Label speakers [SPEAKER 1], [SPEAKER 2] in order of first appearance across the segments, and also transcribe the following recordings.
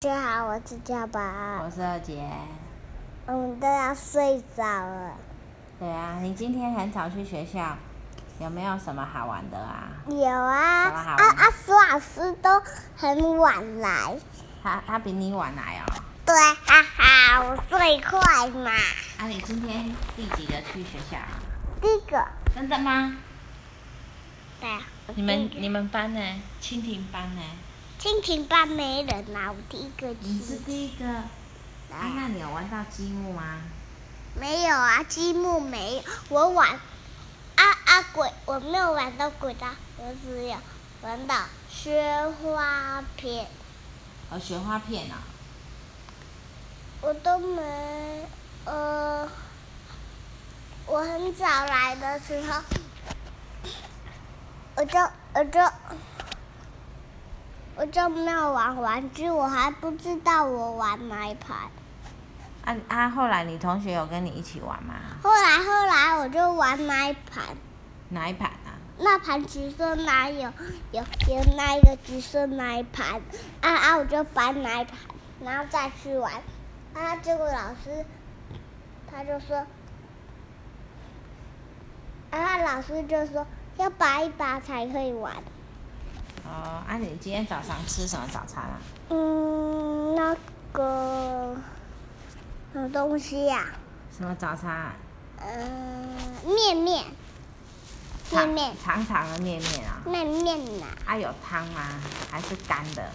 [SPEAKER 1] 大家好，我是叫宝，
[SPEAKER 2] 我是二姐。
[SPEAKER 1] 我们都要睡着了。
[SPEAKER 2] 对啊，你今天很早去学校，有没有什么好玩的啊？
[SPEAKER 1] 有啊，
[SPEAKER 2] 好啊
[SPEAKER 1] 阿阿苏老师都很晚来。
[SPEAKER 2] 他他比你晚来哦。
[SPEAKER 1] 对，哈哈，我最快嘛。
[SPEAKER 2] 啊，你今天第几个去学校啊？
[SPEAKER 1] 第一个，
[SPEAKER 2] 真的吗？
[SPEAKER 1] 对啊，我
[SPEAKER 2] 你们
[SPEAKER 1] 第一个
[SPEAKER 2] 你们班呢？蜻蜓班呢？
[SPEAKER 1] 蜻蜓班没人啊啦、我第一个
[SPEAKER 2] 你
[SPEAKER 1] 去
[SPEAKER 2] 是。第一个。啊，
[SPEAKER 1] 对
[SPEAKER 2] 那你有玩到积木吗？
[SPEAKER 1] 没有啊，积木没有，我玩啊啊鬼，我没有玩到鬼的，我只有玩到雪花片，
[SPEAKER 2] 哦，雪花片啊、
[SPEAKER 1] 我都没呃，我很早来的时候，我就我就我就没有玩玩具，我还不知道我玩哪一盘。
[SPEAKER 2] 啊啊！后来你同学有跟你一起玩吗？
[SPEAKER 1] 后来后来我就玩那一盘，
[SPEAKER 2] 哪一盘啊？
[SPEAKER 1] 那盘橘色哪有有有那一个橘色那一盘啊啊！我就翻那一盘，然后再去玩啊。结果老师他就说，啊，老师就说要拔一拔才可以玩。
[SPEAKER 2] 哦，啊，你今天早上吃什么早餐啊？
[SPEAKER 1] 嗯，那个什么东西呀、
[SPEAKER 2] 什么早餐、啊？
[SPEAKER 1] 嗯、面面，面面，
[SPEAKER 2] 长长的面面啊、
[SPEAKER 1] 面面呐、
[SPEAKER 2] 啊，有汤吗？还是干的？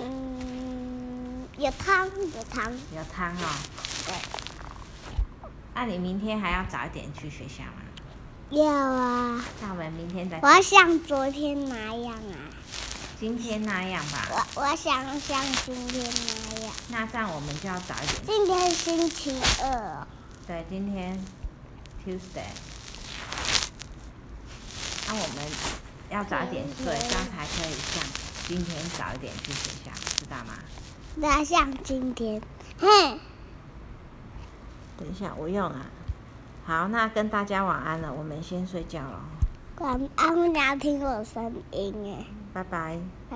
[SPEAKER 1] 嗯，有汤，有汤。
[SPEAKER 2] 有汤哦。
[SPEAKER 1] 对。
[SPEAKER 2] 那、你明天还要早一点去学校吗？
[SPEAKER 1] 要啊，
[SPEAKER 2] 那我们明天再
[SPEAKER 1] 我，要像昨天那样啊，
[SPEAKER 2] 今天那样吧。
[SPEAKER 1] 我我想像今天那样。
[SPEAKER 2] 那这样我们就要早一点。
[SPEAKER 1] 今天星期二，哦
[SPEAKER 2] 对，今天 Tuesday。那、我们要早一点睡，这样才可以像今天早一点去学校，知道吗？
[SPEAKER 1] 那像今天，嘿，
[SPEAKER 2] 等一下，我用啊。好，那跟大家晚安了，我们先睡觉了，
[SPEAKER 1] 晚安，我要听我声音哎，
[SPEAKER 2] 拜拜。
[SPEAKER 1] 拜。